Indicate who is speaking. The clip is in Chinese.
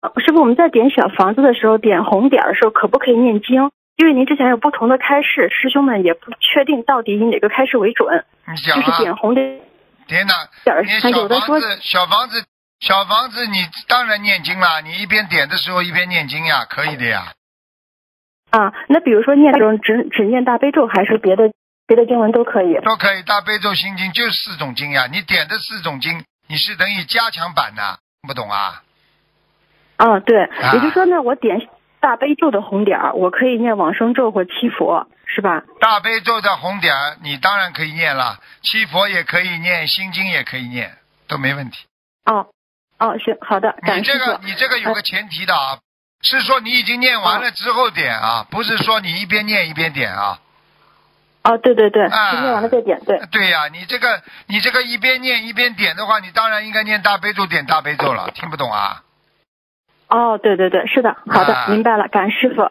Speaker 1: 呃师傅，我们在点选房子的时候，点红点儿的时候，可不可以念经？因为您之前有不同的开示，师兄们也不确定到底以哪个开示为准，
Speaker 2: 你
Speaker 1: 就
Speaker 2: 讲
Speaker 1: 哎是
Speaker 2: 啊，
Speaker 1: 点红点
Speaker 2: 天哪，
Speaker 1: 儿
Speaker 2: 你，
Speaker 1: 还
Speaker 2: 小
Speaker 1: 有的说
Speaker 2: 房子小房子小房子，你当然念经啦，你一边点的时候一边念经呀，可以的呀。
Speaker 1: 啊，那比如说念这种只只念大悲咒，还是别的别的经文都可以。
Speaker 2: 都可以，大悲咒心经就是四种经呀，你点的四种经，你是等于加强版呐、不懂啊？
Speaker 1: 啊，对，
Speaker 2: 啊
Speaker 1: 也就是说呢，我点大悲咒的红点儿，我可以念往生咒或七佛，是吧？
Speaker 2: 大悲咒的红点儿你当然可以念了，七佛也可以念，心经也可以念，都没问题。
Speaker 1: 哦，哦，行，好的，
Speaker 2: 你
Speaker 1: 感谢哎
Speaker 2: 这
Speaker 1: 师
Speaker 2: 个
Speaker 1: 傅。
Speaker 2: 你这个有个前提的啊，是说你已经念完了之后点啊，不是说你一边念一边点啊。
Speaker 1: 哦，对对对，
Speaker 2: 啊
Speaker 1: 就念完了再点，对。
Speaker 2: 对呀、你这个你这个一边念一边点的话，你当然应该念大悲咒点大悲咒了，听不懂啊？
Speaker 1: 哦，对对对，是的，好的，
Speaker 2: 啊
Speaker 1: 明白了，感恩师傅。